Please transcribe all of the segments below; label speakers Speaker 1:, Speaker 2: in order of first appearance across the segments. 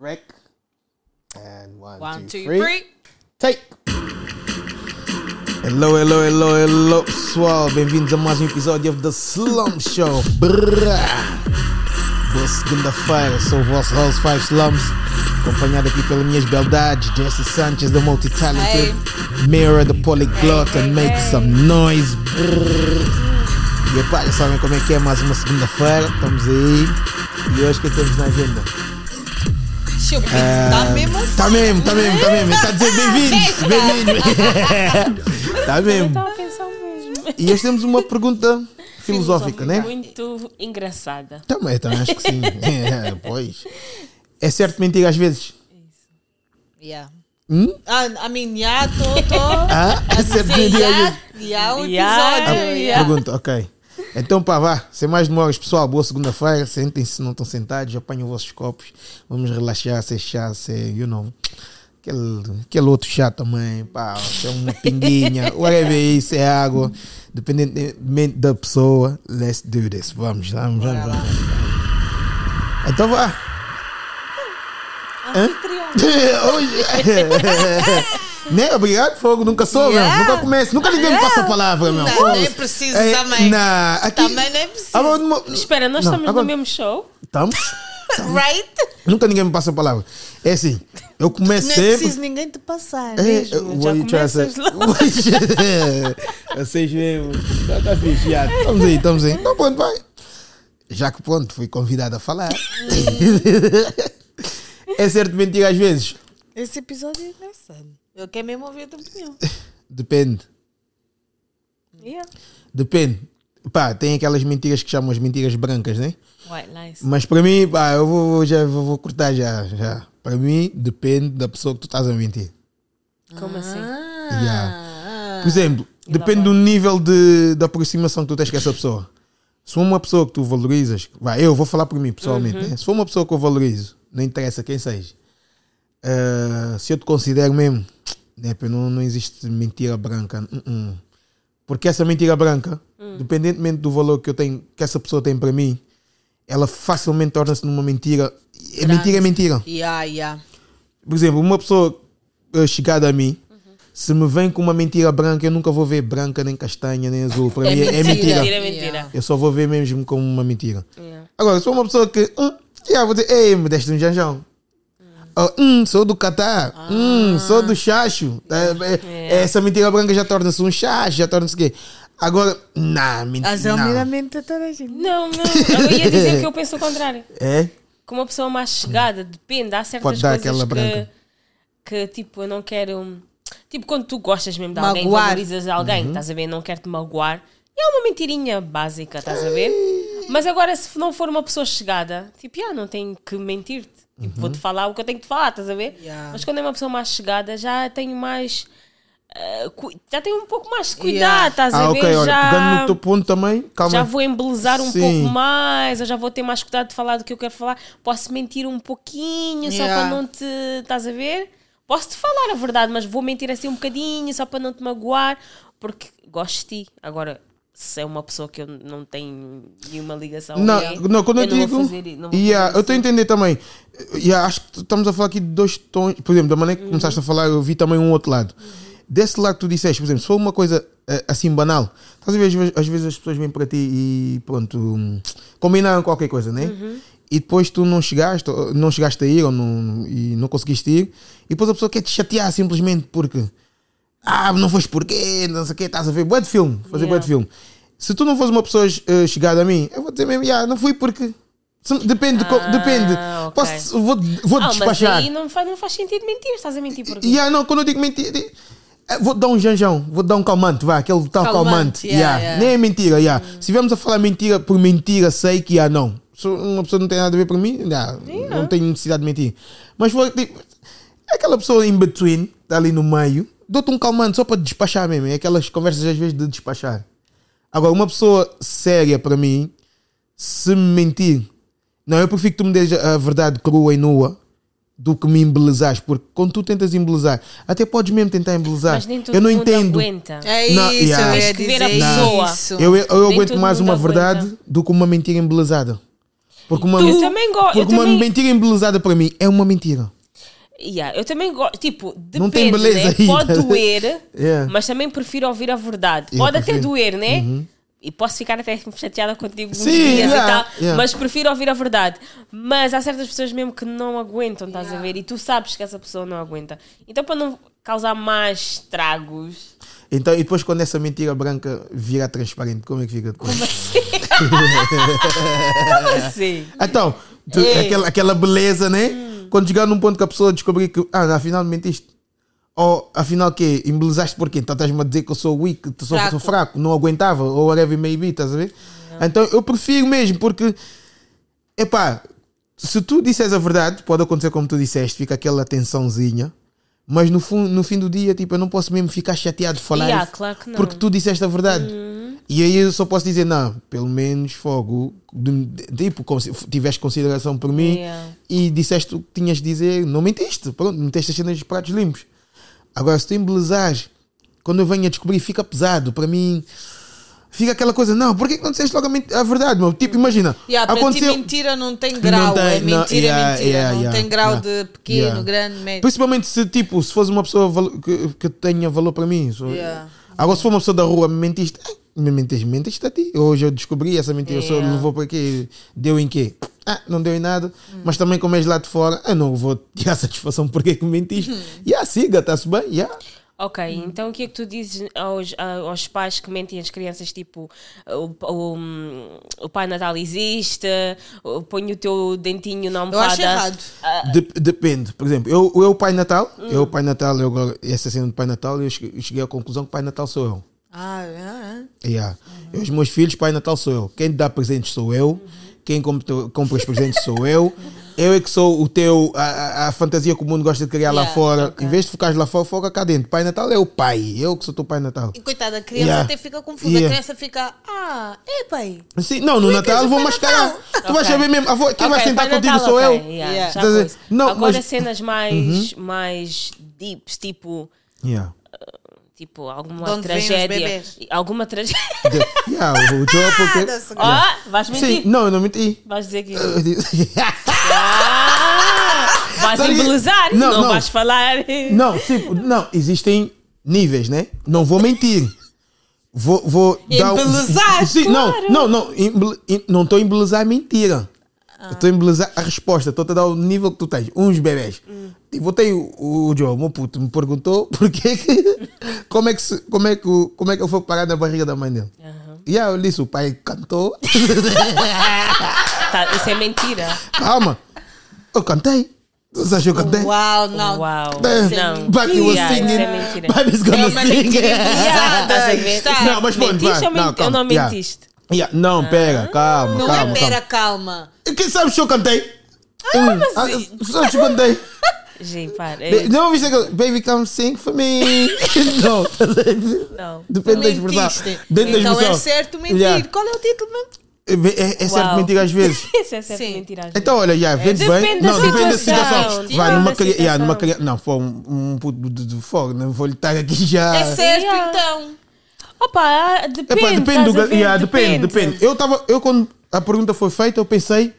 Speaker 1: Rec. And one,
Speaker 2: One,
Speaker 1: two,
Speaker 2: two,
Speaker 1: three.
Speaker 2: three.
Speaker 1: Take.
Speaker 3: Hello, hello, hello, hello pessoal, bem-vindos a mais um episódio da Slum Show. Brá. Boa segunda-feira, sou o vosso House Five Slums, acompanhado aqui pelas minhas beldades, Jesse Sanchez, the multi-talented, Mira, the polyglot, and make some noise. Brrr. E epá, já sabem como é que é mais uma segunda-feira, estamos aí. E hoje o que é que temos na agenda?
Speaker 2: Chupins, tá mesmo assim.
Speaker 3: Tá mesmo, tá mesmo, tá mesmo. Está a dizer bem-vindos,
Speaker 2: Gente,
Speaker 3: bem-vindos. Tá mesmo.
Speaker 4: Estava a pensar mesmo.
Speaker 3: E hoje temos uma pergunta filosófica, né?
Speaker 4: Muito engraçada.
Speaker 3: Também, também acho que sim. É, pois. É certo mentir às vezes?
Speaker 2: Yeah.
Speaker 3: Hum?
Speaker 2: Ah, I mean, yeah, tô, tô.
Speaker 3: Ah, é certo mentir às
Speaker 2: yeah,
Speaker 3: vezes?
Speaker 2: yeah, o
Speaker 4: Yeah,
Speaker 2: episódio.
Speaker 4: yeah.
Speaker 2: Yeah.
Speaker 3: Pergunta, ok. Então, pá, vá. Sem mais demoras, pessoal. Boa segunda-feira. Sentem-se, se não estão sentados. Apanhem os vossos copos. Vamos relaxar, ser chá, ser, you know. Aquele, aquele outro chá também, pá, se é uma pinguinha, whatever isso, é água, dependentemente da pessoa, let's do this, vamos, vamos, vamos, vamos. Então vá, Hoje. né? Obrigado, fogo. Nunca soube.
Speaker 2: Yeah.
Speaker 3: Nunca começo. Nunca ninguém me passa a palavra, meu.
Speaker 2: Não,
Speaker 3: Fogo.
Speaker 2: nem preciso também.
Speaker 3: é Não, aqui.
Speaker 2: Também nem preciso.
Speaker 3: Agora, numa-
Speaker 4: Espera, nós
Speaker 3: Não,
Speaker 4: estamos
Speaker 3: agora-
Speaker 4: no mesmo show.
Speaker 3: Estamos?
Speaker 2: Right?
Speaker 3: Nunca ninguém me passa a palavra. É assim, eu começo
Speaker 2: Nem
Speaker 3: sempre.
Speaker 2: é preciso ninguém te passar.
Speaker 3: É,
Speaker 2: mesmo.
Speaker 3: eu-
Speaker 4: já
Speaker 3: you try to say-
Speaker 4: começas logo.
Speaker 3: Pois é, Vocês mesmo. Tá, tá fixe, já. Estamos aí, estamos aí. Então, pronto, vai. Já que, pronto, fui convidado a falar. é certo mentir às vezes?
Speaker 2: Esse episódio é engraçado. Eu quero mesmo ouvir a tua opinião.
Speaker 3: Depende.
Speaker 4: Yeah.
Speaker 3: Depende. Pá, tem aquelas mentiras que chamam as mentiras brancas, né?
Speaker 4: White lies.
Speaker 3: Mas para mim, pá, eu vou, vou- já, vou, vou cortar já, já. Para mim, depende da pessoa que tu estás a mentir.
Speaker 4: Como assim?
Speaker 2: Ah.
Speaker 3: Por exemplo, depende do nível de, de aproximação que tu tens com essa pessoa. Se for uma pessoa que tu valorizas, vai, eu vou falar por mim pessoalmente, né? se for uma pessoa que eu valorizo, não interessa quem seja, ah, se eu te considero mesmo, né, pá, não, não existe mentira branca. Hum, hum. Porque essa mentira branca, independentemente do valor que eu tenho, que essa pessoa tem para mim, ela facilmente torna-se numa mentira. É mentira é mentira.
Speaker 2: Yeah, yeah.
Speaker 3: Por exemplo, uma pessoa eh, chegada a mim, se me vem com uma mentira branca, eu nunca vou ver branca, nem castanha, nem azul. Para mim é- é mentira.
Speaker 4: Mentira, mentira.
Speaker 3: Eu só vou ver mesmo como uma mentira.
Speaker 4: Yeah.
Speaker 3: Agora, se for uma pessoa que. Hum, yeah, vou dizer, ei, me deste um janjão. Ou, hum, sou do Catar. Hum, sou do Chacho. É, é, Essa mentira branca já torna-se um chacho, já torna-se o quê? Agora, nah, mentira.
Speaker 2: Mas é o miramento de toda a gente.
Speaker 4: Não, não. Eu ia dizer que eu penso o contrário.
Speaker 3: É?
Speaker 4: Que uma pessoa mais chegada, depende. Há certas
Speaker 3: Pode dar
Speaker 4: coisas
Speaker 3: aquela
Speaker 4: que,
Speaker 3: branca.
Speaker 4: que, tipo, eu não quero... Tipo, quando tu gostas mesmo de alguém,
Speaker 2: Magoar.
Speaker 4: valorizas
Speaker 3: Uhum.
Speaker 4: alguém, estás a ver? Não quero te magoar. É uma mentirinha básica, estás a ver? Mas agora, se não for uma pessoa chegada, tipo, ah, não tenho que mentir-te.
Speaker 3: Uhum.
Speaker 4: Tipo, vou-te falar o que eu tenho que te falar, estás a ver?
Speaker 2: Yeah.
Speaker 4: Mas quando é uma pessoa mais chegada, já tenho mais... ah, cu- já tenho um pouco mais de cuidado,
Speaker 2: Yeah.
Speaker 4: estás a
Speaker 3: Ah,
Speaker 4: ver?
Speaker 3: ok, olha,
Speaker 4: já
Speaker 3: pegando no teu ponto também, calma.
Speaker 4: já vou embelezar um
Speaker 3: Ah, Sim.
Speaker 4: pouco mais, eu já vou ter mais cuidado de falar do que eu quero falar. Posso mentir um pouquinho só
Speaker 2: Yeah.
Speaker 4: para não te. Estás a ver? Posso te falar a verdade, mas vou mentir assim um bocadinho só para não te magoar, porque gosto de ti. Agora, se é uma pessoa que eu não tenho nenhuma ligação,
Speaker 3: Não,
Speaker 4: né?
Speaker 3: não, quando eu,
Speaker 4: não
Speaker 3: digo. é
Speaker 4: Vou fazer, i- não vou
Speaker 3: yeah,
Speaker 4: fazer
Speaker 3: eu estou a entender também. Eh, Yeah, acho que estamos a falar aqui de dois tons. Por exemplo, da maneira que começaste a falar, eu vi também um outro lado. Desse lado que tu disseste, por exemplo, se for uma coisa eh, assim banal, estás a ver, às vezes, às vezes as pessoas vêm para ti e pronto, hum, combinaram qualquer coisa, né? E depois tu não chegaste, ou não chegaste a ir ou não, e não conseguiste ir, e depois a pessoa quer te chatear simplesmente porque ah, não foste porquê, não sei o quê, estás a ver, boa de filme, fazer boa de filme. Se tu não fores uma pessoa eh, chegada a mim, eu vou dizer mesmo, "Ya, não fui porque. Se- Depende, de co-
Speaker 4: Ah,
Speaker 3: depende.
Speaker 4: ok.
Speaker 3: Posso, vou, vou
Speaker 4: Ah, mas
Speaker 3: despachar.
Speaker 4: aí não faz, não faz sentido mentir, estás a mentir porque.
Speaker 3: Ya, ah, não, quando eu digo mentira, di- eh, vou dar um janjão, vou dar um calmante, vá, aquele tal calmante.
Speaker 2: Calmante,
Speaker 3: ya.
Speaker 2: ya, ya.
Speaker 3: Nem é mentira, ya. se viemos a falar mentira por mentira, sei que ya, não. Se uma pessoa não tem nada a ver para mim, ya, não tenho necessidade de mentir. Mas foi tipo, é aquela pessoa in between, está ali no meio, dou-te um calmante só para despachar mesmo. É aquelas conversas às vezes de despachar. Agora, uma pessoa séria para mim, se me mentir, não, eu prefiro que tu me dês a verdade crua e nua do que me embelezares, porque quando tu tentas embelezar, até podes mesmo tentar embelezar.
Speaker 4: Mas nem todo
Speaker 3: é, eu não
Speaker 4: mundo
Speaker 3: entendo.
Speaker 4: aguenta.
Speaker 2: É isso,
Speaker 3: Não, yeah.
Speaker 2: eu ia
Speaker 4: Tens que ver a
Speaker 2: dizer
Speaker 4: pessoa.
Speaker 2: isso.
Speaker 3: Eu, eu
Speaker 4: Nem
Speaker 3: aguento
Speaker 4: todo
Speaker 3: mais
Speaker 4: mundo
Speaker 3: uma
Speaker 4: aguenta.
Speaker 3: verdade do que uma mentira embelezada. Porque uma,
Speaker 4: Eu também gosto. Eu
Speaker 3: porque uma
Speaker 4: também...
Speaker 3: mentira embelezada para mim é uma mentira.
Speaker 4: Yeah, eu também gosto. Tipo, depende,
Speaker 3: Não tem beleza
Speaker 4: né?
Speaker 3: aí, tá
Speaker 4: Pode
Speaker 3: ligado?
Speaker 4: doer,
Speaker 3: Yeah.
Speaker 4: mas também prefiro ouvir a verdade.
Speaker 3: Eu
Speaker 4: Pode até
Speaker 3: prefiro. Uhum.
Speaker 4: doer, né? E posso ficar até chateada contigo uns
Speaker 3: Sim,
Speaker 4: dias
Speaker 3: yeah,
Speaker 4: e tal,
Speaker 3: yeah.
Speaker 4: mas prefiro ouvir a verdade. Mas há certas pessoas mesmo que não aguentam, estás a ver? E tu sabes que essa pessoa não aguenta. Então, para não causar mais estragos,
Speaker 3: Então, e depois quando essa mentira branca virar transparente, como é que fica depois? É.
Speaker 4: assim.
Speaker 3: Então, tu-
Speaker 4: Ei. Hum.
Speaker 3: aquela, aquela beleza, né? Quando chegar num ponto que a pessoa descobrir que, ah, afinal mentiste. Ou afinal que embelezaste por quê? Então estás-me a dizer que eu sou weak, que sou, sou
Speaker 2: Fraco.
Speaker 3: fraco, não aguentava, ou whatever it may be, estás a ver? Então eu prefiro mesmo, porque, epá, se tu disseres a verdade, pode acontecer como tu disseste, fica aquela tensãozinha, mas no, fun, no fim do dia, tipo, eu não posso mesmo ficar chateado de falar
Speaker 4: Yeah,
Speaker 3: isso,
Speaker 4: claro que não.
Speaker 3: porque tu disseste a verdade. E aí eu só posso dizer, não, pelo menos fogo, de- de- tipo, consi- tiveste consideração por mim
Speaker 4: Yeah.
Speaker 3: e disseste o que tinhas de dizer, não mentiste, pronto, meteste as cenas de pratos limpos. Agora, se tu embelezares, quando eu venho a descobrir, fica pesado, para mim, fica aquela coisa, não, porquê que não disseste logo a, men- a verdade, meu? Tipo, imagina,
Speaker 2: Yeah, para ti,
Speaker 3: aconteceu...
Speaker 2: mentira não tem grau.
Speaker 3: Não tem,
Speaker 2: é
Speaker 3: não,
Speaker 2: mentira, é
Speaker 3: yeah,
Speaker 2: mentira.
Speaker 3: yeah,
Speaker 2: não
Speaker 3: yeah,
Speaker 2: tem grau
Speaker 3: yeah.
Speaker 2: de pequeno,
Speaker 3: Yeah.
Speaker 2: grande, médio.
Speaker 3: Principalmente se, tipo, se fosse uma pessoa valo- que, que tenha valor para mim. sou-
Speaker 2: Yeah.
Speaker 3: Agora, se for uma pessoa da rua, me mentiste, ah, me mentiste, mentiste a ti. Hoje eu descobri essa mentira, a pessoa
Speaker 4: Yeah.
Speaker 3: levou para quê? Deu em quê? Ah, não deu em nada. Mas também, como és lá de fora, eu não vou tirar satisfação porque que mentiste. Yeah, siga, está-se bem, yeah.
Speaker 4: Ok,
Speaker 2: Uhum.
Speaker 4: então o que é que tu dizes aos, a- aos pais que mentem às crianças? Tipo, o, o, o Pai Natal existe, o- põe o teu dentinho na
Speaker 2: Eu
Speaker 4: almofada.
Speaker 2: acho errado.
Speaker 3: Dep- depende. Por exemplo, eu, eu Pai Natal, eu Pai Natal, eu agora, essa cena do Pai Natal, eu che- eu cheguei à conclusão que Pai Natal sou eu.
Speaker 2: Ah, é, é.
Speaker 3: Yeah. Eu, os meus filhos, Pai Natal sou eu. Quem te dá presentes sou eu. Quem comp- compra os presentes sou eu. Eu é que sou o teu, a, a- a fantasia que o mundo gosta de criar lá
Speaker 2: Yeah,
Speaker 3: fora. Em vez de focares lá fora, foca cá dentro. Pai Natal é o pai. Eu que sou teu Pai Natal.
Speaker 2: E coitada, a criança
Speaker 3: Yeah.
Speaker 2: até fica confusa.
Speaker 3: Yeah.
Speaker 2: A criança fica, ah, é pai.
Speaker 3: Sim, não, no Natal vou mascarar. Tu vais
Speaker 4: Ok.
Speaker 3: saber mesmo. avô, quem vai
Speaker 4: Ok,
Speaker 3: sentar
Speaker 4: Pai
Speaker 3: contigo
Speaker 4: Natal,
Speaker 3: sou
Speaker 4: ok,
Speaker 3: eu.
Speaker 4: yeah,
Speaker 2: Yeah.
Speaker 4: já
Speaker 3: Quer dizer,
Speaker 4: coisa.
Speaker 3: não,
Speaker 4: Agora
Speaker 3: mas- Uhum.
Speaker 4: cenas mais, mais deeps, tipo,
Speaker 3: Yeah.
Speaker 4: tipo alguma
Speaker 2: De onde vêm os
Speaker 4: tragédia.
Speaker 2: bebês?
Speaker 4: Alguma tragédia.
Speaker 3: De- yeah, o Joe, porque-
Speaker 2: Nada-se.
Speaker 4: oh, vais mentir.
Speaker 3: Sim, não, eu não menti.
Speaker 4: Vais dizer que.
Speaker 3: Eu disse-
Speaker 4: Ah, vais
Speaker 3: Sabe-
Speaker 4: embelezar,
Speaker 3: Não,
Speaker 4: não,
Speaker 3: não.
Speaker 4: vais falar.
Speaker 3: não, tipo, não, existem níveis, né? Não vou mentir. Vou, vou dar um-
Speaker 2: Embelezar,
Speaker 3: Sim,
Speaker 4: claro.
Speaker 3: Não, não, não, embele- em- não estou a embelezar a mentira. Estou a embelezar a resposta, estou a dar o nível que tu tens. Uns bebés. E botei o, o Joe, meu puto, me perguntou porquê que. Como é que, se- como é que, o- como é que eu fui parar na barriga da mãe dele? E aí eu disse: o pai cantou.
Speaker 4: Tá, isso é mentira.
Speaker 3: Calma, eu cantei. Vocês acham que eu cantei?
Speaker 2: Uau, não.
Speaker 4: Uau.
Speaker 3: Damn,
Speaker 4: Não.
Speaker 3: But he was
Speaker 4: Yeah, isso
Speaker 3: singing.
Speaker 4: é mentira.
Speaker 3: Baby's gonna
Speaker 2: É uma mentira.
Speaker 3: sing.
Speaker 4: Yeah, estás a ver?
Speaker 2: Está.
Speaker 3: Não, mas pronto,
Speaker 4: mentiste
Speaker 3: vai.
Speaker 4: ou, men-
Speaker 3: Não,
Speaker 4: ou
Speaker 3: calma.
Speaker 4: não
Speaker 3: Yeah.
Speaker 4: mentiste?
Speaker 3: Yeah, Não,
Speaker 4: Ah.
Speaker 3: pera, calma,
Speaker 2: Não
Speaker 3: calma,
Speaker 2: é
Speaker 3: calma.
Speaker 2: pera, calma.
Speaker 3: E Quem sabe se eu cantei? Hum, Ah, Só te contei.
Speaker 4: assim? Gente, para.
Speaker 3: Be-
Speaker 4: É,
Speaker 3: Não ouviste aquela Baby Come Sing for Me? Não, tá ligado?
Speaker 4: não.
Speaker 3: depende da expressão.
Speaker 2: Mentiste.
Speaker 3: Depende da
Speaker 2: Então é
Speaker 3: expressão.
Speaker 2: certo mentir.
Speaker 3: Yeah.
Speaker 2: Qual é o título mesmo?
Speaker 3: É, é- é certo
Speaker 4: Uau.
Speaker 3: mentir às vezes.
Speaker 4: Isso é certo
Speaker 2: Sim.
Speaker 4: mentira. gente.
Speaker 3: Então, olha, já, vende
Speaker 4: Depende
Speaker 3: bem.
Speaker 4: da
Speaker 3: Não, depende da
Speaker 4: situação.
Speaker 3: situação.
Speaker 4: Depende
Speaker 3: Vai, numa
Speaker 4: da
Speaker 3: criança. Yeah, numa
Speaker 4: situação.
Speaker 3: criança. Não, foi um um puto de- de de fogo, não vou lhe estar aqui já.
Speaker 2: É certo,
Speaker 4: Yeah.
Speaker 2: então.
Speaker 4: Opa, ah, depende.
Speaker 3: Epá, depende do
Speaker 4: estás a
Speaker 3: ga-
Speaker 4: ver?
Speaker 3: yeah, depende, depende. Eu tava, eu quando a pergunta foi feita, eu pensei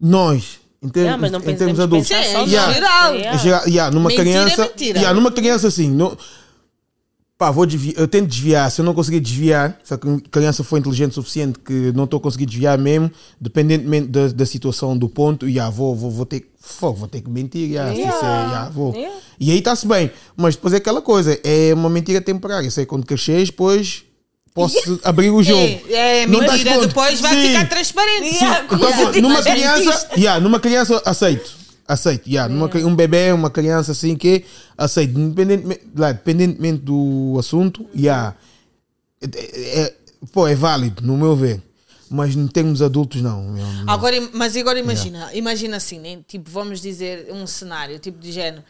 Speaker 3: nós, em, ter-
Speaker 4: Não, Ah, mas não
Speaker 3: em termos
Speaker 4: podemos
Speaker 3: adultos.
Speaker 4: pensar só
Speaker 2: Sim,
Speaker 4: no
Speaker 3: yeah.
Speaker 2: geral.
Speaker 3: É geral- yeah, numa
Speaker 2: Mentira é
Speaker 3: criança,
Speaker 2: mentira.
Speaker 3: yeah, numa criança assim, não- pá, vou desvi- eu tento desviar, se eu não conseguir desviar, se a cri- criança for inteligente o suficiente que não estou a conseguir desviar mesmo, dependentemente da, da situação, do ponto, yeah, vou, vou, vou ter que- fogo, vou ter que mentir, yeah, se isso é- yeah, vou.
Speaker 4: Yeah.
Speaker 3: E aí está-se bem, mas depois é aquela coisa, é uma mentira temporária, sei quando cresceres, depois posso abrir o jogo.
Speaker 2: É, é
Speaker 3: Não tá
Speaker 2: mentira.
Speaker 3: expondo.
Speaker 2: Depois vai
Speaker 3: Sim.
Speaker 2: ficar transparente.
Speaker 3: Então,
Speaker 2: Yeah.
Speaker 3: pô, numa
Speaker 2: Mas mentiste.
Speaker 3: criança, yeah, numa criança aceito, aceito, yeah, numa cri- um bebê, uma criança assim que aceito, independentemente, lá, independentemente do assunto, yeah, é, é- pô, é válido, no meu ver, mas em termos adultos não. meu, não.
Speaker 2: Agora, im- mas agora imagina, imagina assim, né? tipo, vamos dizer um cenário, tipo de género.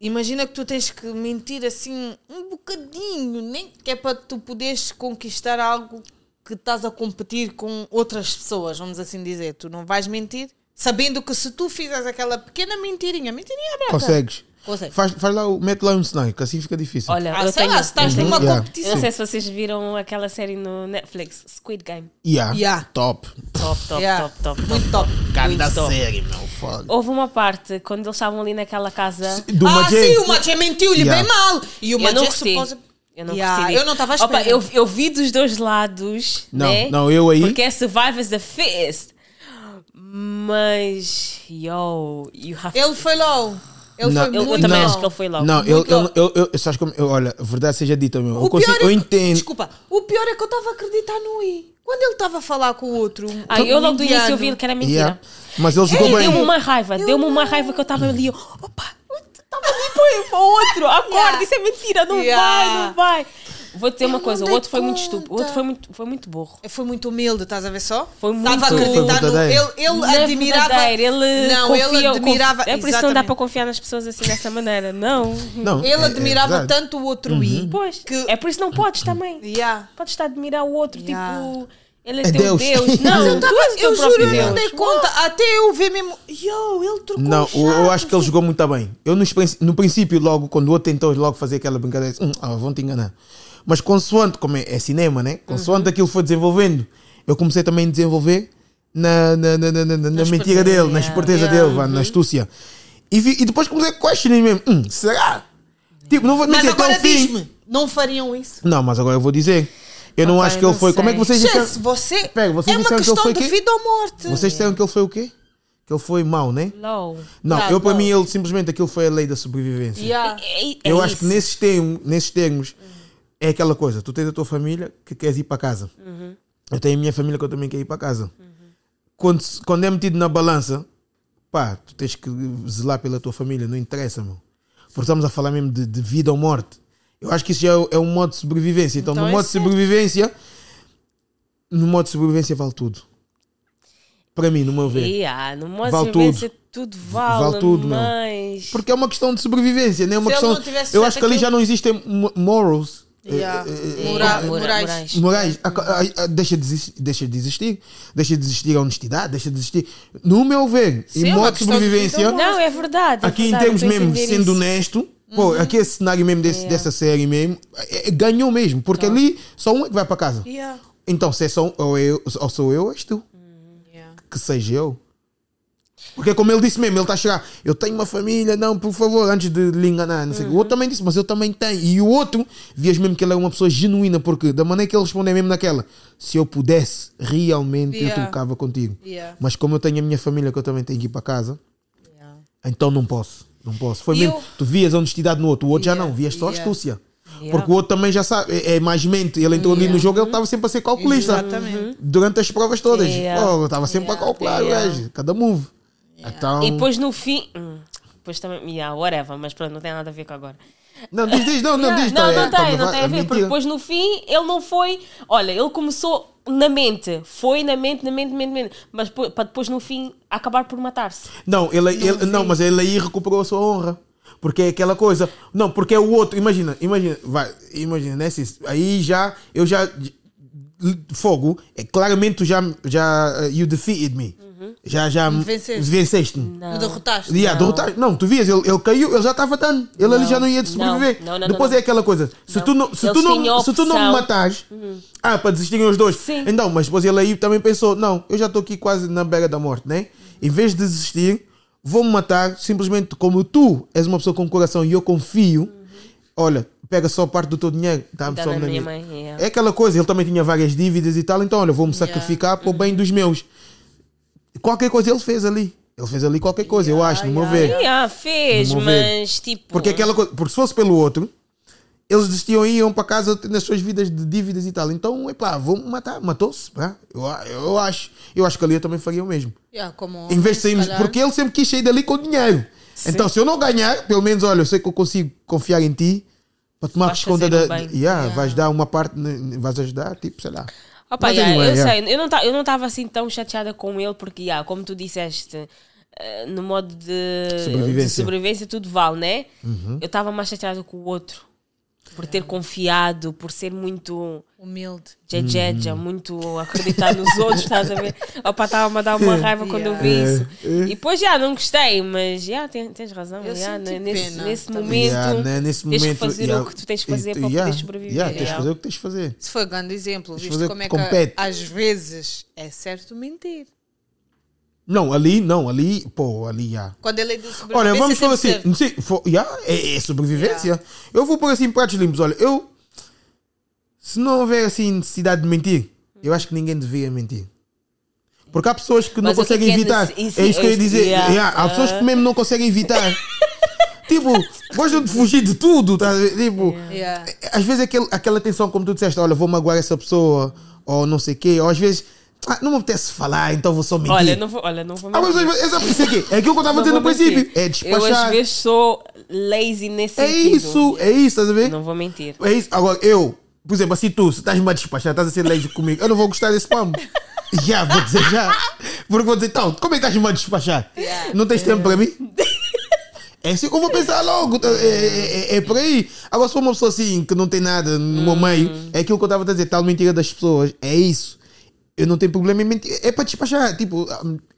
Speaker 2: Imagina que tu tens que mentir assim um bocadinho, né? que é para tu poderes conquistar algo que estás a competir com outras pessoas, vamos assim dizer. Tu não vais mentir, sabendo que se tu fizeres aquela pequena mentirinha, mentirinha branca,
Speaker 3: Consegues?
Speaker 2: Consegue.
Speaker 3: Faz, faz lá, o- mete lá um cenário, que assim fica difícil.
Speaker 4: Olha,
Speaker 2: Ah,
Speaker 4: eu
Speaker 2: sei
Speaker 4: tenho...
Speaker 2: lá, se estás
Speaker 4: eu tenho-
Speaker 2: numa
Speaker 3: Uhum, yeah.
Speaker 4: Eu não
Speaker 2: competição.
Speaker 4: sei se vocês viram aquela série no Netflix, Squid Game.
Speaker 3: Yeah,
Speaker 2: Yeah.
Speaker 3: Top.
Speaker 4: Top, top,
Speaker 2: Yeah.
Speaker 4: top, top.
Speaker 2: Muito top.
Speaker 3: Cada série, meu. Foda.
Speaker 4: Houve uma parte quando eles estavam ali naquela casa.
Speaker 3: Do
Speaker 2: ah,
Speaker 3: Majé.
Speaker 2: sim, o Maché mentiu-lhe
Speaker 3: Yeah.
Speaker 2: bem mal. E o
Speaker 4: Eu não
Speaker 2: Maché
Speaker 4: gostei.
Speaker 2: suposa...
Speaker 4: Eu não
Speaker 2: Yeah,
Speaker 4: gostei.
Speaker 2: Eu não estava à
Speaker 4: Opa,
Speaker 2: espera.
Speaker 4: eu, eu vi dos dois lados.
Speaker 3: Não,
Speaker 4: né?
Speaker 3: não, eu aí-
Speaker 4: Porque é Survivors the Fist. Mas. Yo, you have
Speaker 2: Ele foi low. Ele
Speaker 3: Não,
Speaker 2: foi
Speaker 4: Eu, eu
Speaker 2: muito
Speaker 4: também
Speaker 2: low.
Speaker 4: acho que ele foi logo.
Speaker 3: Não, eu,
Speaker 2: Muito
Speaker 3: eu,
Speaker 2: logo.
Speaker 3: eu, eu, eu- sabes como, eu- olha, verdade seja dita, meu. Eu,
Speaker 2: O pior
Speaker 3: consigo,
Speaker 2: é que-
Speaker 3: eu entendo.
Speaker 2: Desculpa, o pior é que eu estava a acreditar no I. Quando ele estava a falar com o outro.
Speaker 4: Ah, eu logo do início eu
Speaker 2: indiano,
Speaker 4: vi que era mentira.
Speaker 3: Yeah. Mas ele jogou
Speaker 4: Ei,
Speaker 3: bem.
Speaker 4: Deu-me uma raiva, deu-me uma raiva que eu estava ali, eu, opa, estava ali para- para o outro, acorda,
Speaker 2: Yeah.
Speaker 4: isso é mentira, não vai,
Speaker 2: Yeah.
Speaker 4: não vai. Vou dizer
Speaker 2: Eu
Speaker 4: uma
Speaker 2: não
Speaker 4: coisa, o
Speaker 2: dei
Speaker 4: outro foi muito
Speaker 2: conta.
Speaker 4: estúpido, o outro foi muito, foi muito burro.
Speaker 2: Foi muito humilde, estás a ver só?
Speaker 4: Foi muito-
Speaker 2: Estava a
Speaker 4: Foi- foi
Speaker 2: acreditar no.
Speaker 3: verdadeiro.
Speaker 2: Ele, ele
Speaker 4: Não é
Speaker 2: admirava.
Speaker 4: verdadeiro, ele
Speaker 2: não,
Speaker 4: confia,
Speaker 2: ele
Speaker 4: conf-
Speaker 2: admirava.
Speaker 4: É por isso que não dá para
Speaker 2: exatamente.
Speaker 4: confiar nas pessoas assim dessa maneira, não.
Speaker 3: Não, é-
Speaker 2: Ele
Speaker 3: é
Speaker 2: admirava
Speaker 3: verdade.
Speaker 2: tanto o outro I.
Speaker 4: Pois,
Speaker 2: Que-
Speaker 4: é por isso que não podes também.
Speaker 2: Yeah.
Speaker 4: Podes estar a admirar o outro,
Speaker 2: Yeah.
Speaker 4: tipo, ele é,
Speaker 3: É
Speaker 4: teu
Speaker 3: Deus.
Speaker 4: Deus. Não,
Speaker 3: Eu
Speaker 4: tu
Speaker 2: Tava-
Speaker 4: és o teu
Speaker 2: eu juro,
Speaker 4: próprio
Speaker 2: eu não dei
Speaker 4: Deus.
Speaker 2: conta. Até eu ver mesmo. Yo, ele trocou.
Speaker 3: Não,
Speaker 2: o
Speaker 3: eu, eu acho
Speaker 2: chato.
Speaker 3: que ele jogou muito bem. Eu no, no princípio, logo, quando o outro tentou logo fazer aquela brincadeira, disse, "Hum, ah, vão te enganar. Mas consoante, como é, é cinema, né? Consoante
Speaker 2: Uhum.
Speaker 3: aquilo foi desenvolvendo, eu comecei também a desenvolver na, na, na, na, na, na mentira
Speaker 4: esperteza,
Speaker 3: dele, na
Speaker 4: yeah.
Speaker 3: esperteza
Speaker 2: Yeah, uhum.
Speaker 3: dele, vá, na astúcia. E, vi- e depois comecei a questionar mesmo, "Hum, será? Tipo, não vou
Speaker 2: Mas
Speaker 3: admitir até
Speaker 2: agora
Speaker 3: o fim.
Speaker 2: diz-me, não fariam isso?
Speaker 3: Não, mas agora eu vou dizer. Eu não
Speaker 4: Papai,
Speaker 3: acho que ele
Speaker 4: não
Speaker 3: foi. Como é que
Speaker 4: sei.
Speaker 3: vocês disseram?
Speaker 2: Gente, você.
Speaker 3: Pera, vocês
Speaker 2: é uma
Speaker 3: disseram que ele
Speaker 2: questão
Speaker 3: foi
Speaker 2: de
Speaker 3: quê?
Speaker 2: vida ou morte.
Speaker 3: Vocês disseram que ele foi o quê? Que ele foi mau, né?
Speaker 4: Low.
Speaker 3: Não,
Speaker 2: Não,
Speaker 3: eu para
Speaker 2: não.
Speaker 3: mim ele simplesmente aquilo foi a lei da sobrevivência.
Speaker 2: Yeah.
Speaker 4: É- é
Speaker 3: eu acho que
Speaker 4: isso.
Speaker 3: nesses termos, nesses termos é aquela coisa. Tu tens a tua família que queres ir para casa.
Speaker 4: Uhum.
Speaker 3: Eu tenho a minha família que eu também quero ir para casa. Quando, se- quando é metido na balança, pá, tu tens que zelar pela tua família, não interessa, meu. Porque estamos a falar mesmo de, de vida ou morte. Eu acho que isso já é, o- é um modo de sobrevivência. Então,
Speaker 4: Então
Speaker 3: no
Speaker 4: é
Speaker 3: modo de
Speaker 4: certo.
Speaker 3: sobrevivência, no modo de sobrevivência vale tudo. Para mim, no meu ver.
Speaker 4: Yeah, É, ah, no modo
Speaker 3: Vale
Speaker 4: de sobrevivência tudo vale,
Speaker 3: Vale tudo, meu.
Speaker 4: mas...
Speaker 3: Porque é uma questão de sobrevivência, não é uma
Speaker 2: Se ele
Speaker 3: questão.
Speaker 2: não tivesse
Speaker 3: eu
Speaker 2: feito
Speaker 3: acho que ali
Speaker 2: aquilo-
Speaker 3: já não existem mo- morals. eh,
Speaker 2: Yeah.
Speaker 3: eh, eh,
Speaker 2: Mora-
Speaker 4: Yeah, Mora-
Speaker 2: Moraes.
Speaker 3: Morais, a- a- a- deixa de, existir, deixa de existir, deixa de existir a honestidade, deixa de existir. No meu ver,
Speaker 2: Sim, é
Speaker 3: em
Speaker 2: uma
Speaker 3: modo de
Speaker 2: questão de então vida
Speaker 3: sobrevivência,
Speaker 2: ou
Speaker 4: Não, é verdade. é
Speaker 3: aqui em
Speaker 4: verdade,
Speaker 3: termos
Speaker 4: eu tô a
Speaker 3: mesmo,
Speaker 4: entender
Speaker 3: sendo
Speaker 4: isso.
Speaker 3: honesto, pô,
Speaker 2: Uhum.
Speaker 3: aqui esse cenário mesmo desse-
Speaker 2: É.
Speaker 3: dessa série mesmo, eh, eh, ganhou mesmo, porque
Speaker 2: Tá.
Speaker 3: ali só um é que vai para casa.
Speaker 2: Yeah.
Speaker 3: Então, se é só um, ou, eu, ou sou eu, ou és tu.
Speaker 2: Yeah.
Speaker 3: que seja eu. Porque como ele disse mesmo, ele está a chegar, eu tenho uma família, não, por favor, antes de lhe enganar, não sei o quê. O outro também disse, mas eu também tenho. E o outro, vias mesmo que ele é uma pessoa genuína, porque da maneira que ele respondeu é mesmo naquela, se eu pudesse, realmente eu
Speaker 2: Yeah.
Speaker 3: trocava contigo.
Speaker 2: Yeah.
Speaker 3: Mas como eu tenho a minha família que eu também tenho que ir para casa,
Speaker 2: Yeah.
Speaker 3: então não posso. Não posso. Foi
Speaker 2: E
Speaker 3: mesmo.
Speaker 2: eu-
Speaker 3: Tu vias a honestidade no outro, o outro
Speaker 2: Yeah,
Speaker 3: já não, vias só
Speaker 2: yeah.
Speaker 3: a astúcia.
Speaker 4: Yeah.
Speaker 3: Porque o outro também já sabe, é, é mais mente. Ele entrou ali no jogo, ele estava sempre a ser calculista.
Speaker 4: Uhum.
Speaker 2: Exatamente.
Speaker 3: Durante as provas todas.
Speaker 4: Yeah.
Speaker 3: Pô, eu estava sempre a calcular,
Speaker 4: Yeah.
Speaker 3: gajo, cada move. Então.
Speaker 4: E depois no fim... hum, Depois também... Yeah, whatever, mas pronto, não tem nada a ver com agora.
Speaker 3: Não, diz, diz, não, não,
Speaker 4: Yeah,
Speaker 3: diz.
Speaker 4: não,
Speaker 3: tá,
Speaker 4: não
Speaker 3: é,
Speaker 4: tem,
Speaker 3: tá,
Speaker 4: não
Speaker 3: vai,
Speaker 4: tem a ver, porque
Speaker 3: mentira.
Speaker 4: depois no fim ele não foi... Olha, ele começou na mente, foi na mente, na mente, na mente, na mente mas po- para depois no fim acabar por matar-se.
Speaker 3: Não, ele, ele- não, mas ele aí recuperou a sua honra. Porque é aquela coisa. Não, porque é o outro. Imagina, imagina, vai, imagina, né, Cis? Aí já, eu já. Fogo, é, claramente tu já. já uh, you defeated me. Já, já.
Speaker 2: Me venceste.
Speaker 3: Venceste-me.
Speaker 4: Não.
Speaker 2: Me derrotaste.
Speaker 3: Yeah,
Speaker 4: Não.
Speaker 3: derrotar. tá- Não, tu vias, ele, ele caiu, ele já estava dando. Ele ali já não ia te sobreviver.
Speaker 4: Não, não, não,
Speaker 3: Depois
Speaker 4: não.
Speaker 3: é aquela coisa. Se
Speaker 4: Não.
Speaker 3: tu não, se
Speaker 4: Eles
Speaker 3: tu
Speaker 4: tinham
Speaker 3: não,
Speaker 4: a
Speaker 3: se tu não me
Speaker 4: opção. Uhum.
Speaker 3: matares, ah, para desistirem os dois.
Speaker 4: Sim.
Speaker 3: Então, mas depois ele aí também pensou: não, eu já estou aqui quase na beira da morte, né? Em vez de desistir, vou-me matar simplesmente como tu és uma pessoa com coração e eu confio. Olha, pega só parte do teu dinheiro, dá-me
Speaker 4: Uhum. Dá
Speaker 3: só
Speaker 4: na
Speaker 3: na
Speaker 4: minha
Speaker 3: minha.
Speaker 4: mãe, yeah.
Speaker 3: É aquela coisa, ele também tinha várias dívidas e tal, então olha, vou-me sacrificar para o
Speaker 4: Uhum.
Speaker 3: bem dos meus. Qualquer coisa ele fez ali. Ele fez ali qualquer coisa, eu acho, no meu ver.
Speaker 4: Yeah, é. ah, fez,
Speaker 3: Vamos ver.
Speaker 4: mas tipo...
Speaker 3: Porque é aquela coisa, porque se fosse pelo outro, eles desistiam e iam para casa tendo as suas vidas de dívidas e tal. Então, é pá, vou-me matar, matou-se. pá. Eu, a- eu acho, eu acho que ali eu também faria o mesmo.
Speaker 2: Yeah, como
Speaker 3: Em vez de
Speaker 2: homem,
Speaker 3: sairmos,
Speaker 2: se calhar.
Speaker 3: porque ele sempre quis sair dali com dinheiro. Então, se eu não ganhar, pelo menos, olha, eu sei que eu consigo confiar em ti para tomar
Speaker 4: Vais
Speaker 3: conta da.
Speaker 4: fazer o bem.
Speaker 3: Yeah, Vais dar uma parte, vais ajudar, tipo, sei lá.
Speaker 4: Opa,
Speaker 3: Mas
Speaker 4: yeah,
Speaker 3: anyway,
Speaker 4: eu
Speaker 3: yeah.
Speaker 4: sei, eu não tá- eu não estava assim tão chateada com ele, porque, yeah, como tu disseste, eh, no modo de de
Speaker 3: Sobrevivência. Uhum.
Speaker 4: sobrevivência tudo vale, né? Eu estava mais chateada com o outro. por ter confiado, por ser muito
Speaker 2: Humilde.
Speaker 4: jejeja,
Speaker 3: Uhum.
Speaker 4: muito acreditar nos outros, estás a ver? Opa, estava a dar uma raiva quando eu vi isso. E depois já não gostei, mas já tens, tens razão.
Speaker 2: Eu
Speaker 4: já,
Speaker 2: senti
Speaker 4: né, nesse,
Speaker 2: pena
Speaker 4: nesse
Speaker 2: também.
Speaker 4: momento,
Speaker 3: Yeah, né, nesse
Speaker 4: tens
Speaker 3: momento,
Speaker 4: que fazer
Speaker 3: yeah,
Speaker 4: o que tu tens que
Speaker 3: e-
Speaker 4: fazer
Speaker 3: e-
Speaker 4: para
Speaker 3: yeah,
Speaker 4: poderes sobreviver.
Speaker 3: yeah, tens que
Speaker 4: yeah.
Speaker 3: fazer o que tens que fazer.
Speaker 2: Isso foi um grande exemplo.
Speaker 3: fazer
Speaker 2: Viste
Speaker 3: o
Speaker 2: como
Speaker 3: que
Speaker 2: é
Speaker 3: compete.
Speaker 2: que às vezes é certo mentir.
Speaker 3: Não, ali, não, ali, pô, ali, já.
Speaker 2: Quando ele é de sobrevivência,
Speaker 3: Olha, vamos falar
Speaker 2: sempre
Speaker 3: assim,
Speaker 2: serve.
Speaker 3: sim, fo- yeah, é, é sobrevivência. Eu vou pôr assim pratos limpos. Olha, eu. Se não houver assim necessidade de mentir,
Speaker 4: Hum.
Speaker 3: eu acho que ninguém devia mentir. Porque há pessoas que não
Speaker 4: Mas o que
Speaker 3: conseguem
Speaker 4: que é
Speaker 3: evitar.
Speaker 4: nesse- isso-
Speaker 3: é isso que eu ia
Speaker 4: isso-
Speaker 3: dizer.
Speaker 4: yeah.
Speaker 3: Yeah, há pessoas
Speaker 4: Ah.
Speaker 3: que mesmo não conseguem evitar. tipo, gostam de fugir de tudo. Tá? a ver? Tipo,
Speaker 2: Yeah.
Speaker 3: às vezes aquele, aquela tensão, como tu disseste, olha, vou magoar essa pessoa, ou não sei o quê, ou às vezes, ah, não me apetece falar, então vou só mentir.
Speaker 4: Olha, não vou, olha, não vou
Speaker 3: Ah, mas
Speaker 4: mentir.
Speaker 3: mas- exato, isso aqui. É aquilo que eu estava
Speaker 4: Não
Speaker 3: dizendo no
Speaker 4: vou mentir.
Speaker 3: princípio. É
Speaker 4: Eu às
Speaker 3: despachar.
Speaker 4: vezes sou lazy nesse
Speaker 3: É
Speaker 4: sentido.
Speaker 3: isso, é isso, estás a ver?
Speaker 4: Não vou mentir.
Speaker 3: É isso. Agora, eu, por exemplo, assim tu, se estás-me a despachar, estás a ser leigo comigo, eu não vou gostar desse pão. Já, vou dizer já. Porque vou dizer, então, como é que estás-me a despachar? Não tens tempo para mim? É assim que eu vou pensar logo. É, é, é- é por aí. Agora, se for uma pessoa assim, que não tem nada no meu meio, é aquilo que eu estava a dizer, tal mentira das pessoas, é isso. Eu não tenho problema em mentir. É para despachar. Tipo,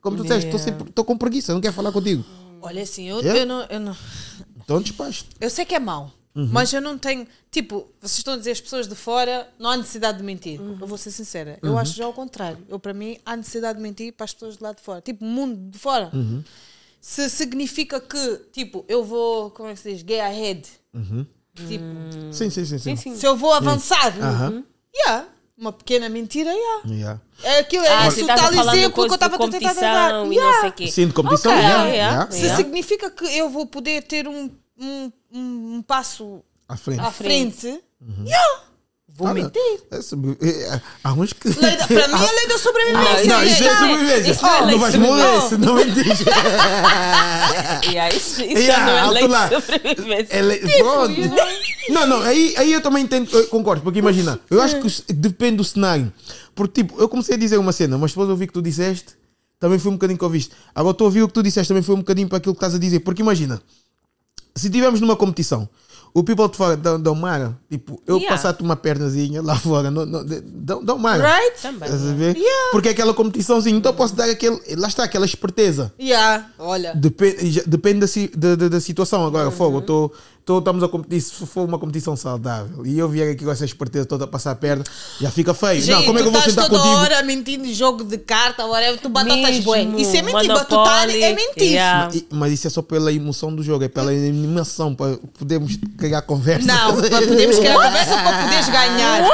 Speaker 3: como tu disseste, estou sempre- estou com preguiça, não quero falar contigo.
Speaker 2: Olha, assim, eu,
Speaker 3: Yeah.
Speaker 2: eu, não, eu não.
Speaker 3: Então despacho.
Speaker 2: Eu sei que é mau, mas eu não tenho. Tipo, vocês estão a dizer as pessoas de fora não há necessidade de mentir.
Speaker 4: Uhum.
Speaker 2: Eu vou ser sincera. Eu acho já o contrário. Eu, para mim, há necessidade de mentir para as pessoas de lá de fora. Tipo, mundo de fora. Se significa que, tipo, eu vou, como é que se diz? Gay ahead. Tipo,
Speaker 3: Sim, sim, sim. Hum. sim.
Speaker 4: Sim, sim.
Speaker 2: se eu vou avançar.
Speaker 3: Aham.
Speaker 2: Yeah, uma pequena mentira, yeah.
Speaker 3: Yeah.
Speaker 2: É aquilo, é
Speaker 4: Ah,
Speaker 2: esse
Speaker 4: se
Speaker 2: o
Speaker 4: estás a
Speaker 2: tal
Speaker 4: falar de
Speaker 2: exemplo que eu
Speaker 4: coisa de
Speaker 2: estava a tentar dar.
Speaker 4: competição e não
Speaker 2: Yeah.
Speaker 4: sei o quê.
Speaker 3: Sim, de competição.
Speaker 2: Ok.
Speaker 3: yeah,
Speaker 4: Ah, yeah.
Speaker 3: Oh, yeah.
Speaker 2: Se
Speaker 4: Yeah.
Speaker 2: significa que eu vou poder ter um, um, um, um passo
Speaker 3: À frente.
Speaker 2: à frente, vou
Speaker 3: Ah, não.
Speaker 2: mentir.
Speaker 3: É sobre- é, é, Há uns que.
Speaker 2: Lei da- para mim é lei da sobrevivência.
Speaker 3: Ah, Não, isso é
Speaker 2: Yeah.
Speaker 3: sobrevivência.
Speaker 4: isso não é
Speaker 3: não
Speaker 4: lei
Speaker 3: vais
Speaker 4: de
Speaker 3: morrer se
Speaker 2: sobrevivência.
Speaker 3: não mentires.
Speaker 4: Yeah, isso isso
Speaker 3: Yeah,
Speaker 4: já não é
Speaker 3: alto
Speaker 4: lei
Speaker 3: lá.
Speaker 4: de sobrevivência.
Speaker 3: É lei- pronto. Não, não, aí, aí eu também entendo, eu concordo, porque imagina, eu acho que s- depende do cenário. Porque, tipo, eu comecei a dizer uma cena, mas depois eu ouvi o que tu disseste, também foi um bocadinho que ouviste. Agora estou a ouvir o que tu disseste, também foi um bocadinho para aquilo que estás a dizer. Porque imagina, se estivermos numa competição, o people de fora dão, dão mara, tipo, eu
Speaker 4: Yeah.
Speaker 3: passar-te uma pernazinha lá fora, não, não, de- dão, dão mara.
Speaker 2: Right?
Speaker 4: Também.
Speaker 3: Estás a ver? Porque é aquela competiçãozinha, então eu posso dar aquele, lá está, aquela esperteza.
Speaker 2: Yeah. Olha.
Speaker 3: Depende, já- depende da, si- da, da- da situação. Agora,
Speaker 2: Uhum.
Speaker 3: fogo, eu tô, tô, estamos a competir. Se for uma competição saudável e eu vier aqui com essa esperteza toda a passar a perna, já fica feio. não,
Speaker 2: Gente,
Speaker 3: como é que eu
Speaker 2: tu
Speaker 3: vou
Speaker 2: estás
Speaker 3: sentar
Speaker 2: toda
Speaker 3: contigo?
Speaker 2: hora mentindo em jogo de carta, whatever, tu batatas
Speaker 4: Mesmo,
Speaker 2: bué. Isso é mentir, batutar
Speaker 4: Monopoly,
Speaker 2: é mentir.
Speaker 4: yeah.
Speaker 3: E- Mas isso é só pela emoção do jogo, é pela animação, para podermos criar conversa.
Speaker 2: Não, para podermos criar conversa para poderes ganhar.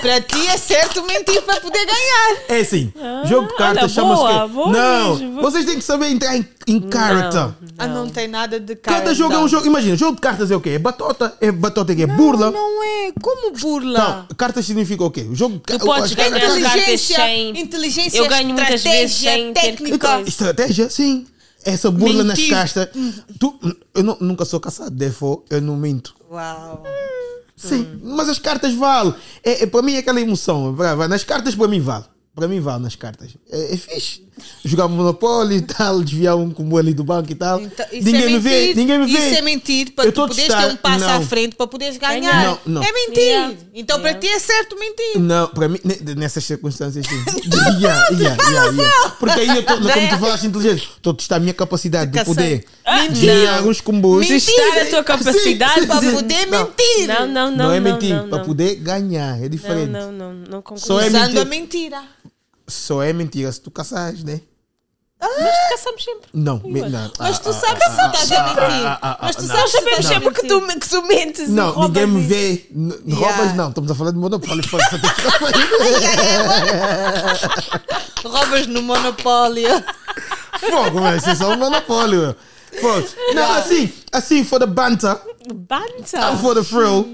Speaker 2: Para ti é certo mentir para poder ganhar.
Speaker 3: É assim,
Speaker 2: Ah,
Speaker 3: jogo de
Speaker 4: olha,
Speaker 3: cartas chama-se.
Speaker 4: boa,
Speaker 3: quê?
Speaker 4: boa
Speaker 3: não,
Speaker 4: mesmo.
Speaker 3: vocês têm que saber entrar em, em
Speaker 4: então.
Speaker 3: character.
Speaker 2: Ah, não tem nada de cara.
Speaker 3: Cada jogo é um
Speaker 2: não.
Speaker 3: jogo. Imagina, jogo de cartas é o quê? É batota, é batota, é, quê? burla.
Speaker 2: Não é. Como burla?
Speaker 3: Não, cartas significa o quê? O jogo
Speaker 4: Tu podes
Speaker 3: as-
Speaker 4: ganhar
Speaker 3: aquelas-
Speaker 4: Cartas sem-
Speaker 2: inteligência,
Speaker 4: Eu ganho muitas vezes
Speaker 2: estratégia,
Speaker 4: sem ter que
Speaker 2: técnica.
Speaker 3: Então,
Speaker 4: coisa.
Speaker 3: Estratégia, sim. Essa burla
Speaker 2: Mentir. Hum.
Speaker 3: nas castas. Tu, eu não- nunca sou caçado, therefore eu não minto.
Speaker 2: Uau.
Speaker 3: Sim,
Speaker 2: Hum.
Speaker 3: mas as cartas valem. É, é, para mim é aquela emoção. vai, vai. Nas cartas, para mim, vale. Para mim, vale nas cartas. É, é fixe. Jogar Monopólio e tal, desviar um combo ali do banco e tal.
Speaker 2: Então, isso
Speaker 3: ninguém
Speaker 2: é
Speaker 3: me vê,
Speaker 2: mentir.
Speaker 3: ninguém me vê.
Speaker 2: Isso é mentir
Speaker 3: Eu
Speaker 2: para tu
Speaker 3: tô a
Speaker 2: poderes
Speaker 3: testar.
Speaker 2: ter um passo
Speaker 3: Não.
Speaker 2: à frente para poderes ganhar.
Speaker 3: Não, não.
Speaker 2: É mentir.
Speaker 4: Yeah.
Speaker 2: Então para ti é certo mentir.
Speaker 3: Não, para mim, ne- nessas circunstâncias, sim. yeah, yeah, yeah, yeah. Porque aí eu estou, como tu falaste inteligente, estou a testar a minha capacidade de
Speaker 2: Ficação.
Speaker 3: poder
Speaker 4: Ah,
Speaker 3: desviar
Speaker 4: não.
Speaker 3: alguns combos.
Speaker 4: Testar a tua capacidade
Speaker 3: sim,
Speaker 2: Para
Speaker 3: sim.
Speaker 2: poder
Speaker 3: Não.
Speaker 2: mentir.
Speaker 4: Não, não, não.
Speaker 3: Não, é mentir,
Speaker 4: não,
Speaker 3: para
Speaker 4: não.
Speaker 3: poder ganhar, é diferente.
Speaker 4: Não, não, não, não concordo.
Speaker 3: Só é
Speaker 2: Usando
Speaker 3: mentir.
Speaker 2: a mentira.
Speaker 3: Só é mentira se tu caçares, né?
Speaker 4: Mas caçamos sempre.
Speaker 3: Não, me- não.
Speaker 2: Mas
Speaker 3: Ah,
Speaker 2: tu sabes que tu estás a
Speaker 3: ah, ah,
Speaker 2: mentir.
Speaker 3: ah,
Speaker 2: Mas tu
Speaker 3: não.
Speaker 2: sabes que tu
Speaker 4: Sabemos
Speaker 2: estás a
Speaker 4: sempre que
Speaker 2: mentir.
Speaker 4: tu, que tu mentes. e
Speaker 3: não,
Speaker 4: roubas
Speaker 3: ninguém me
Speaker 4: e-
Speaker 3: vê. N-
Speaker 2: Yeah.
Speaker 3: Roubas não, estamos a falar de monopólio. foda-se, só tem que ficar falando.
Speaker 2: Roubas no monopólio.
Speaker 3: Fogo, velho, isso é só um monopólio. meu. Fogo. Não, assim, assim, for the banter, Tá
Speaker 4: Banta.
Speaker 3: Ah, for the thrill,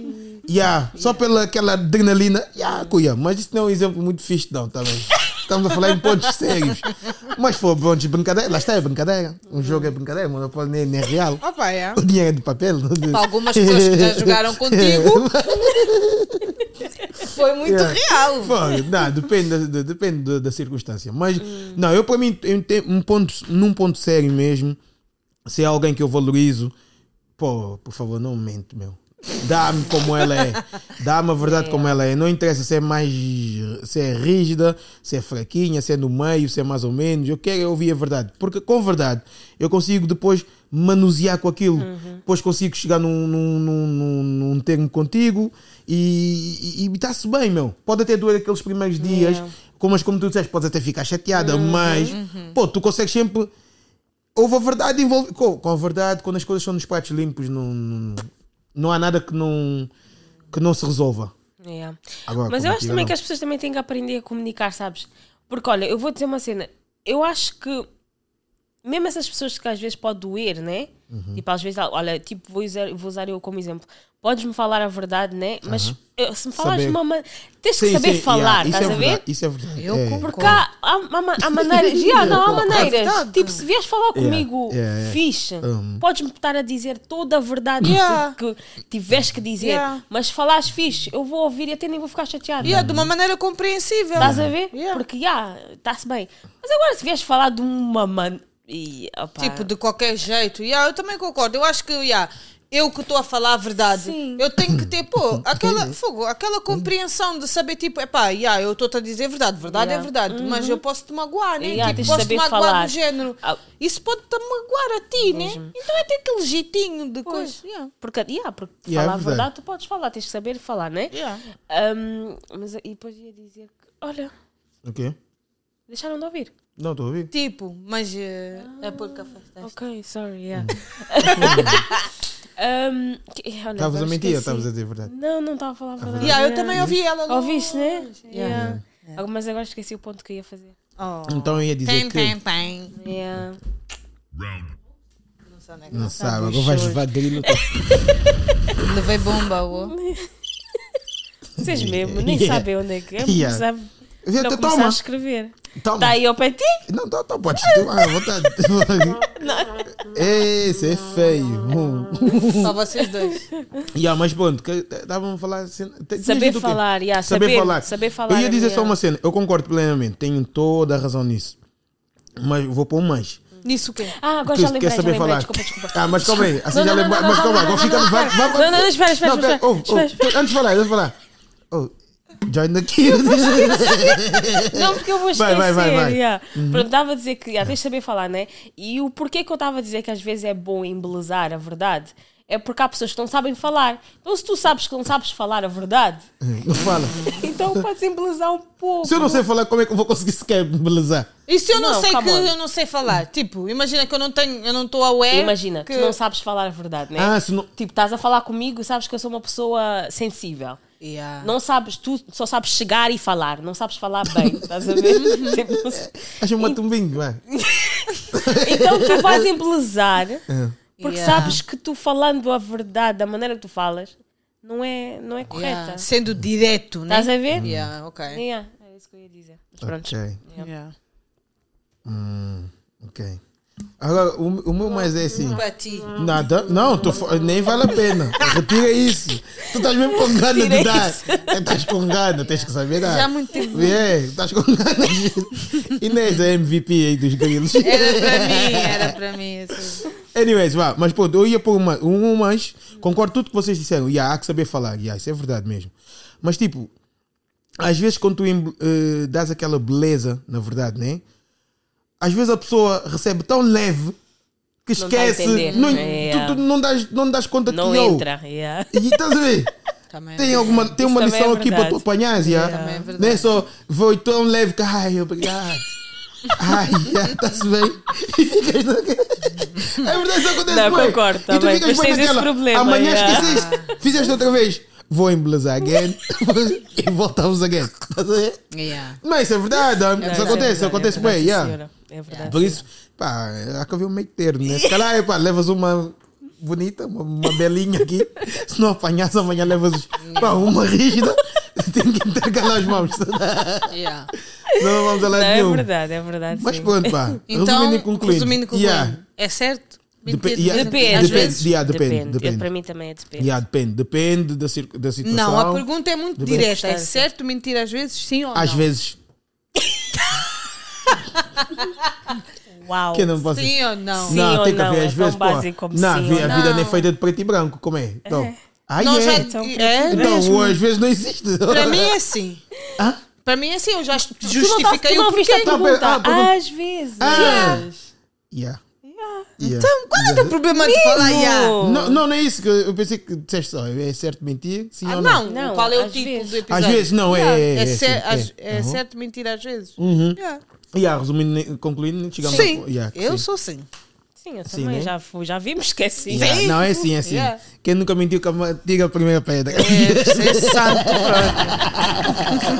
Speaker 3: yeah, só pela aquela adrenalina, yeah, cuia. Mas isso não é um exemplo muito fixe, não, também. Estamos a falar em pontos sérios. Mas for pontos de brincadeira, lá está, é brincadeira. Um jogo é brincadeira, monopólio nem, nem é real.
Speaker 2: Opa, é.
Speaker 3: O dinheiro é de papel.
Speaker 2: Para algumas pessoas que já jogaram contigo, foi muito
Speaker 3: Yeah.
Speaker 2: real.
Speaker 3: Fogo, não, depende, da- da- depende da, da circunstância. Mas, não, eu para mim, eu tenho um ponto, num ponto sério mesmo, se é alguém que eu valorizo, pô, por favor, não mente, meu. Dá-me como ela é. Dá-me a verdade como ela é. Não interessa se é mais. se é rígida, se é fraquinha, se é no meio, se é mais ou menos. Eu quero é ouvir a verdade. Porque com verdade eu consigo depois manusear com aquilo. Depois consigo chegar num, num, num, num- num termo contigo e e- e está-se bem, meu. Pode até doer aqueles primeiros dias, como, mas como tu disseste, podes até ficar chateada, mas pô, tu consegues sempre houve a verdade envolvida. Com, com a verdade, quando as coisas são nos pratos limpos, não, não, não há nada que não, que não se resolva.
Speaker 4: Yeah.
Speaker 3: Agora,
Speaker 4: Mas eu acho
Speaker 3: comitiva,
Speaker 4: também
Speaker 3: não.
Speaker 4: que as pessoas também têm que aprender a comunicar, sabes? Porque olha, eu vou dizer uma cena. Eu acho que mesmo essas pessoas que às vezes pode doer, né?
Speaker 3: Uhum.
Speaker 4: Tipo, às vezes, olha, tipo, vou usar, vou usar eu como exemplo. Podes-me falar a verdade, né? Mas eh, se me falas de
Speaker 3: Uhum. Saber.
Speaker 4: uma maneira. Tens que
Speaker 3: Sim,
Speaker 4: saber
Speaker 3: sim,
Speaker 4: falar,
Speaker 3: yeah, isso
Speaker 4: estás
Speaker 3: é
Speaker 4: a ver?
Speaker 3: Verdade, isso é verdade.
Speaker 2: Eu
Speaker 3: é.
Speaker 2: compro-
Speaker 4: Porque há, há, há ma- há maneiras. Yeah, não, há maneiras.
Speaker 2: verdade.
Speaker 4: Tipo, se vieres falar comigo
Speaker 3: yeah, yeah.
Speaker 4: fixe, podes-me estar a dizer toda a verdade
Speaker 2: Yeah.
Speaker 4: que que tiveres que dizer.
Speaker 2: Yeah.
Speaker 4: Mas falares fixe, eu vou ouvir e até nem vou ficar chateada.
Speaker 2: Yeah, É de uma maneira compreensível.
Speaker 4: Estás a ver?
Speaker 2: Yeah.
Speaker 4: Porque já, está-se bem. Mas agora se vieres falar de uma man... E, opa,
Speaker 2: Tipo, de qualquer jeito. Yeah, eu também concordo. Eu acho que yeah, eu que estou a falar a verdade,
Speaker 4: Sim.
Speaker 2: eu tenho que ter, pô, aquela, fogo, aquela compreensão de saber, tipo, epá, yeah, eu estou-te a dizer a verdade, verdade
Speaker 4: Yeah.
Speaker 2: é verdade, mas eu posso te magoar, né?
Speaker 4: Yeah, Uhum. tens
Speaker 2: tipo,
Speaker 4: de
Speaker 2: posso te
Speaker 4: saber
Speaker 2: magoar
Speaker 4: falar.
Speaker 2: do género.
Speaker 4: Ah.
Speaker 2: Isso pode-te magoar a ti, né? Então é ter aquele jeitinho de coisa. Yeah.
Speaker 4: Porque, yeah, porque
Speaker 3: Yeah, é
Speaker 4: falar a
Speaker 3: verdade.
Speaker 4: verdade tu podes falar, tens que saber falar, né?
Speaker 2: Yeah.
Speaker 4: Ahm, mas e depois ia dizer que, olha,
Speaker 3: O quê?
Speaker 4: deixaram de ouvir.
Speaker 3: Não, estou a ouvir.
Speaker 2: Tipo, mas eh, é por café.
Speaker 4: Ok, sorry, yeah. Ahm, que- é, olha,
Speaker 3: Estavas
Speaker 4: agora
Speaker 3: a mentir,
Speaker 4: esqueci.
Speaker 3: estavas a dizer Ah, a verdade.
Speaker 4: Não, não estava a falar a verdade.
Speaker 2: Yeah, eu também ouvi ela. no-
Speaker 4: Ouviste, né? Yeah. Ah, Mas agora esqueci o ponto que eu ia fazer.
Speaker 2: Oh.
Speaker 3: Então eu ia dizer
Speaker 2: Pem,
Speaker 3: que.
Speaker 2: pem, pem.
Speaker 4: Yeah.
Speaker 2: Não sei onde é que
Speaker 4: Tá
Speaker 3: Não sabe, agora
Speaker 4: bicho,
Speaker 3: vais
Speaker 4: hoje.
Speaker 3: levar grilo.
Speaker 2: tá. Levei bomba, ô.
Speaker 4: Vocês mesmo, nem
Speaker 3: Yeah.
Speaker 4: sabem onde é que é.
Speaker 3: Yeah.
Speaker 4: Sabe?
Speaker 3: Vê,
Speaker 4: Não
Speaker 3: tu
Speaker 4: começar a
Speaker 3: Toma,
Speaker 4: escrever.
Speaker 3: toma.
Speaker 4: Está aí ao pé de ti?
Speaker 3: Não, tá, tá, podes tomar à vontade. Esse é feio. Hum.
Speaker 2: Só vocês dois.
Speaker 3: Yeah, mas pronto, que estavam a falar. cena- te- tinhas
Speaker 4: Saber
Speaker 3: dito o quê?
Speaker 4: falar, yeah, saber- saber falar
Speaker 3: Eu ia
Speaker 4: é
Speaker 3: dizer só
Speaker 4: melhor.
Speaker 3: uma cena, eu concordo plenamente, tenho toda a razão nisso. Mas vou pôr um mais.
Speaker 2: Nisso o quê?
Speaker 4: Ah, agora
Speaker 3: Tu
Speaker 4: já lembrei,
Speaker 3: quer
Speaker 4: já
Speaker 3: saber
Speaker 4: lembrei.
Speaker 3: falar?
Speaker 4: Desculpa, desculpa.
Speaker 3: Ah, mas calma aí, assim já
Speaker 4: Não, não, não,
Speaker 3: lembra.
Speaker 4: não,
Speaker 3: Mas
Speaker 4: não,
Speaker 3: calma,
Speaker 4: não,
Speaker 3: agora fica.
Speaker 4: não,
Speaker 3: vai- vai-
Speaker 4: Não, não, espera, espera,
Speaker 3: Não, pera,
Speaker 4: espera.
Speaker 3: ouve,
Speaker 4: espera,
Speaker 3: ouve, Antes de falar, antes de falar. Oh, join the kill.
Speaker 4: Não, porque eu vou
Speaker 3: Vai,
Speaker 4: esquecer.
Speaker 3: vai, vai, vai. Uhum.
Speaker 4: yeah. Pronto, estava a dizer que. Yeah, deixa saber falar, né? E o porquê que eu estava a dizer que às vezes é bom embelezar a verdade é porque há pessoas que não sabem falar. Então, se tu sabes que não sabes falar a verdade,
Speaker 3: Não fala.
Speaker 4: então podes embelezar um pouco.
Speaker 3: Se eu não sei falar, como é que eu vou conseguir sequer belezar?
Speaker 2: E se eu não,
Speaker 4: Não,
Speaker 2: sei
Speaker 4: come
Speaker 2: que
Speaker 4: on.
Speaker 2: eu não sei falar? Tipo, imagina que eu não tenho, eu não estou aware.
Speaker 4: Imagina,
Speaker 2: que
Speaker 4: tu É não sabes falar a verdade, né?
Speaker 3: Ah, se não.
Speaker 4: Tipo, estás a falar comigo e sabes que eu sou uma pessoa sensível.
Speaker 2: Yeah.
Speaker 4: Não sabes, tu só sabes chegar e falar, não sabes falar bem, estás a ver? Tipo, não sei.
Speaker 3: Acho um matumbinho, vai.
Speaker 4: então tu vais embelezar,
Speaker 3: É.
Speaker 4: porque
Speaker 2: Yeah.
Speaker 4: sabes que tu falando a verdade da maneira que tu falas, não é, não é correta.
Speaker 2: Yeah. Sendo direto, né?
Speaker 4: Estás a ver?
Speaker 2: Yeah, ok.
Speaker 4: Yeah, é isso que eu ia dizer. Mas pronto.
Speaker 3: Ok.
Speaker 2: Yeah.
Speaker 3: Hum, ok. Agora, o, o meu mais é assim.
Speaker 2: Bati.
Speaker 3: Nada, não, tô fa- nem vale a pena. Retira isso. Tu estás mesmo com gana
Speaker 4: Retira
Speaker 3: de dar. Estás com gana, tens que saber dar.
Speaker 2: Já há muito tempo.
Speaker 3: É, estás com gana. Inês é MVP aí dos grilos.
Speaker 2: Era para mim, era para mim. assim.
Speaker 3: Anyways, vá, mas pô, eu ia pôr uma, um, um mais. Concordo tudo que vocês disseram. Yeah, há que saber falar. Yeah, isso é verdade mesmo. Mas tipo, às vezes quando tu embe- eh, dás aquela beleza, na verdade, né? Às vezes a pessoa recebe tão leve que
Speaker 4: Não dá a
Speaker 3: esquece.
Speaker 4: entender.
Speaker 3: Não,
Speaker 4: É.
Speaker 3: tu, tu não, dás, não dás conta
Speaker 4: Não
Speaker 3: que yo,
Speaker 4: entra. yeah.
Speaker 3: E estás a ver?
Speaker 2: Também.
Speaker 3: Tem, alguma, tem uma
Speaker 4: também é
Speaker 3: lição aqui para tu
Speaker 4: verdade.
Speaker 3: apanhares, yeah?
Speaker 2: Também é verdade.
Speaker 3: não é só foi tão leve que ai, obrigado. Ai, yeah, está-se bem. E ficas na... É verdade, isso acontece
Speaker 4: Não,
Speaker 3: bué.
Speaker 4: concordo,
Speaker 3: E tu
Speaker 4: também,
Speaker 3: ficas
Speaker 4: mas
Speaker 3: bué
Speaker 4: tens esse
Speaker 3: naquela,
Speaker 4: problema,
Speaker 3: Amanhã
Speaker 4: yeah.
Speaker 3: esqueceste, fizeste outra vez. Vou embelezar again e voltamos again. Estás a ver?
Speaker 2: Yeah.
Speaker 3: Mas isso é verdade, isso
Speaker 4: Não,
Speaker 3: acontece, isso
Speaker 4: é verdade,
Speaker 3: acontece
Speaker 4: é
Speaker 3: bem,
Speaker 4: verdade,
Speaker 3: yeah.
Speaker 4: senhora, É verdade.
Speaker 3: Por isso, pá, há que haver um meio termo, né? Se calhar, é, pá, levas uma bonita, uma, uma belinha aqui. Se não apanhas, amanhã levas pá, uma rígida. Tem que intercalar as mãos.
Speaker 2: Yeah.
Speaker 3: Não vamos a lado
Speaker 4: Não, é
Speaker 3: nenhum.
Speaker 4: verdade, é verdade.
Speaker 3: Mas
Speaker 4: sim.
Speaker 3: pronto, pá.
Speaker 2: Então,
Speaker 3: resumindo e concluindo.
Speaker 2: resumindo e concluindo.
Speaker 3: Yeah.
Speaker 2: É certo?
Speaker 3: Depe-
Speaker 2: Mentir
Speaker 3: yeah.
Speaker 2: depende.
Speaker 4: Depende.
Speaker 2: Às vezes.
Speaker 3: yeah, depende,
Speaker 4: Depende.
Speaker 3: depende.
Speaker 4: Para mim também é depende.
Speaker 3: Yeah, depende. Depende da, cir- da situação.
Speaker 2: Não, a pergunta é muito
Speaker 3: Depende.
Speaker 2: direta. É certo mentir às vezes, sim ou não?
Speaker 3: Às vezes.
Speaker 4: Uau.
Speaker 3: Que eu não posso
Speaker 2: Sim ou não?
Speaker 4: Sim.
Speaker 3: não,
Speaker 4: ou
Speaker 3: tem que
Speaker 4: não,
Speaker 3: haver
Speaker 4: é
Speaker 3: às
Speaker 4: tão
Speaker 3: vezes. pô,
Speaker 4: básico como
Speaker 3: não,
Speaker 4: sim
Speaker 3: vi-
Speaker 4: ou
Speaker 3: a vida nem é feita de preto e branco, como é? Então, Ah,
Speaker 2: Não,
Speaker 3: é.
Speaker 2: já-
Speaker 3: Então,
Speaker 2: é?
Speaker 3: às vezes não existe. Ah?
Speaker 2: Para mim é assim.
Speaker 3: Hã?
Speaker 2: Para mim é assim, eu já
Speaker 4: Tu não, tá, tu
Speaker 2: justifiquei
Speaker 4: não
Speaker 2: o porquê.
Speaker 4: ouviste a
Speaker 3: Tá, pera-
Speaker 4: pergunta?
Speaker 3: ah, pergunta.
Speaker 4: Às vezes.
Speaker 3: Ah! Yeah. Yeah.
Speaker 2: Então, qual é o teu problema de falar yeah?
Speaker 4: Não.
Speaker 3: Não, não, não é isso que eu pensei que disseste só. É certo mentir? Sim
Speaker 2: Ah,
Speaker 3: ou não?
Speaker 2: não,
Speaker 4: Não,
Speaker 2: qual é o
Speaker 4: às
Speaker 2: título
Speaker 4: vezes.
Speaker 2: do episódio?
Speaker 3: Às vezes não, é. É,
Speaker 2: É,
Speaker 3: é,
Speaker 2: cer-
Speaker 3: sim,
Speaker 2: às-
Speaker 3: é.
Speaker 2: é certo mentir às vezes. É. Yeah.
Speaker 3: Yeah, resumindo, nem- concluindo, nem chegamos
Speaker 2: Sim,
Speaker 3: ao- assim, yeah,
Speaker 2: eu
Speaker 3: sim.
Speaker 2: sou sim.
Speaker 4: Sim, eu
Speaker 3: Sim,
Speaker 4: também
Speaker 3: né?
Speaker 4: já fui, já vi, me esqueci.
Speaker 3: Yeah,
Speaker 2: Sim.
Speaker 3: Não, é assim, é assim.
Speaker 2: Yeah.
Speaker 3: Quem nunca mentiu, cama- tira a primeira pedra.
Speaker 2: É, ser santo,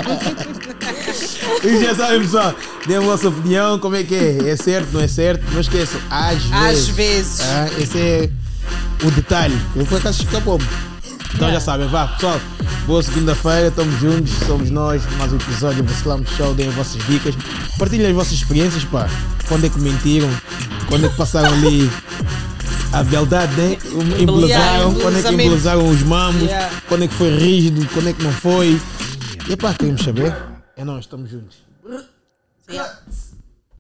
Speaker 2: pronto.
Speaker 3: E já sabem, pessoal. Dê a vossa opinião, como é que é? É certo, não é certo? Não esqueçam. Às vezes.
Speaker 2: Às vezes.
Speaker 3: Ah, esse é o detalhe. Eu por acaso fica bom. Então já sabem, vá, pessoal. Boa segunda-feira, estamos juntos, somos nós, mais um episódio do Slam Show, deem as vossas dicas, partilhem as vossas experiências, pá. Quando é que mentiram, quando é que passaram ali a beldade, né? Embelezaram, quando é que
Speaker 2: embelezamento.
Speaker 3: embelezaram os mamos,
Speaker 2: Yeah.
Speaker 3: quando é que foi rígido, quando é que não foi. E pá, queremos saber. É nós, estamos juntos.
Speaker 2: Yeah.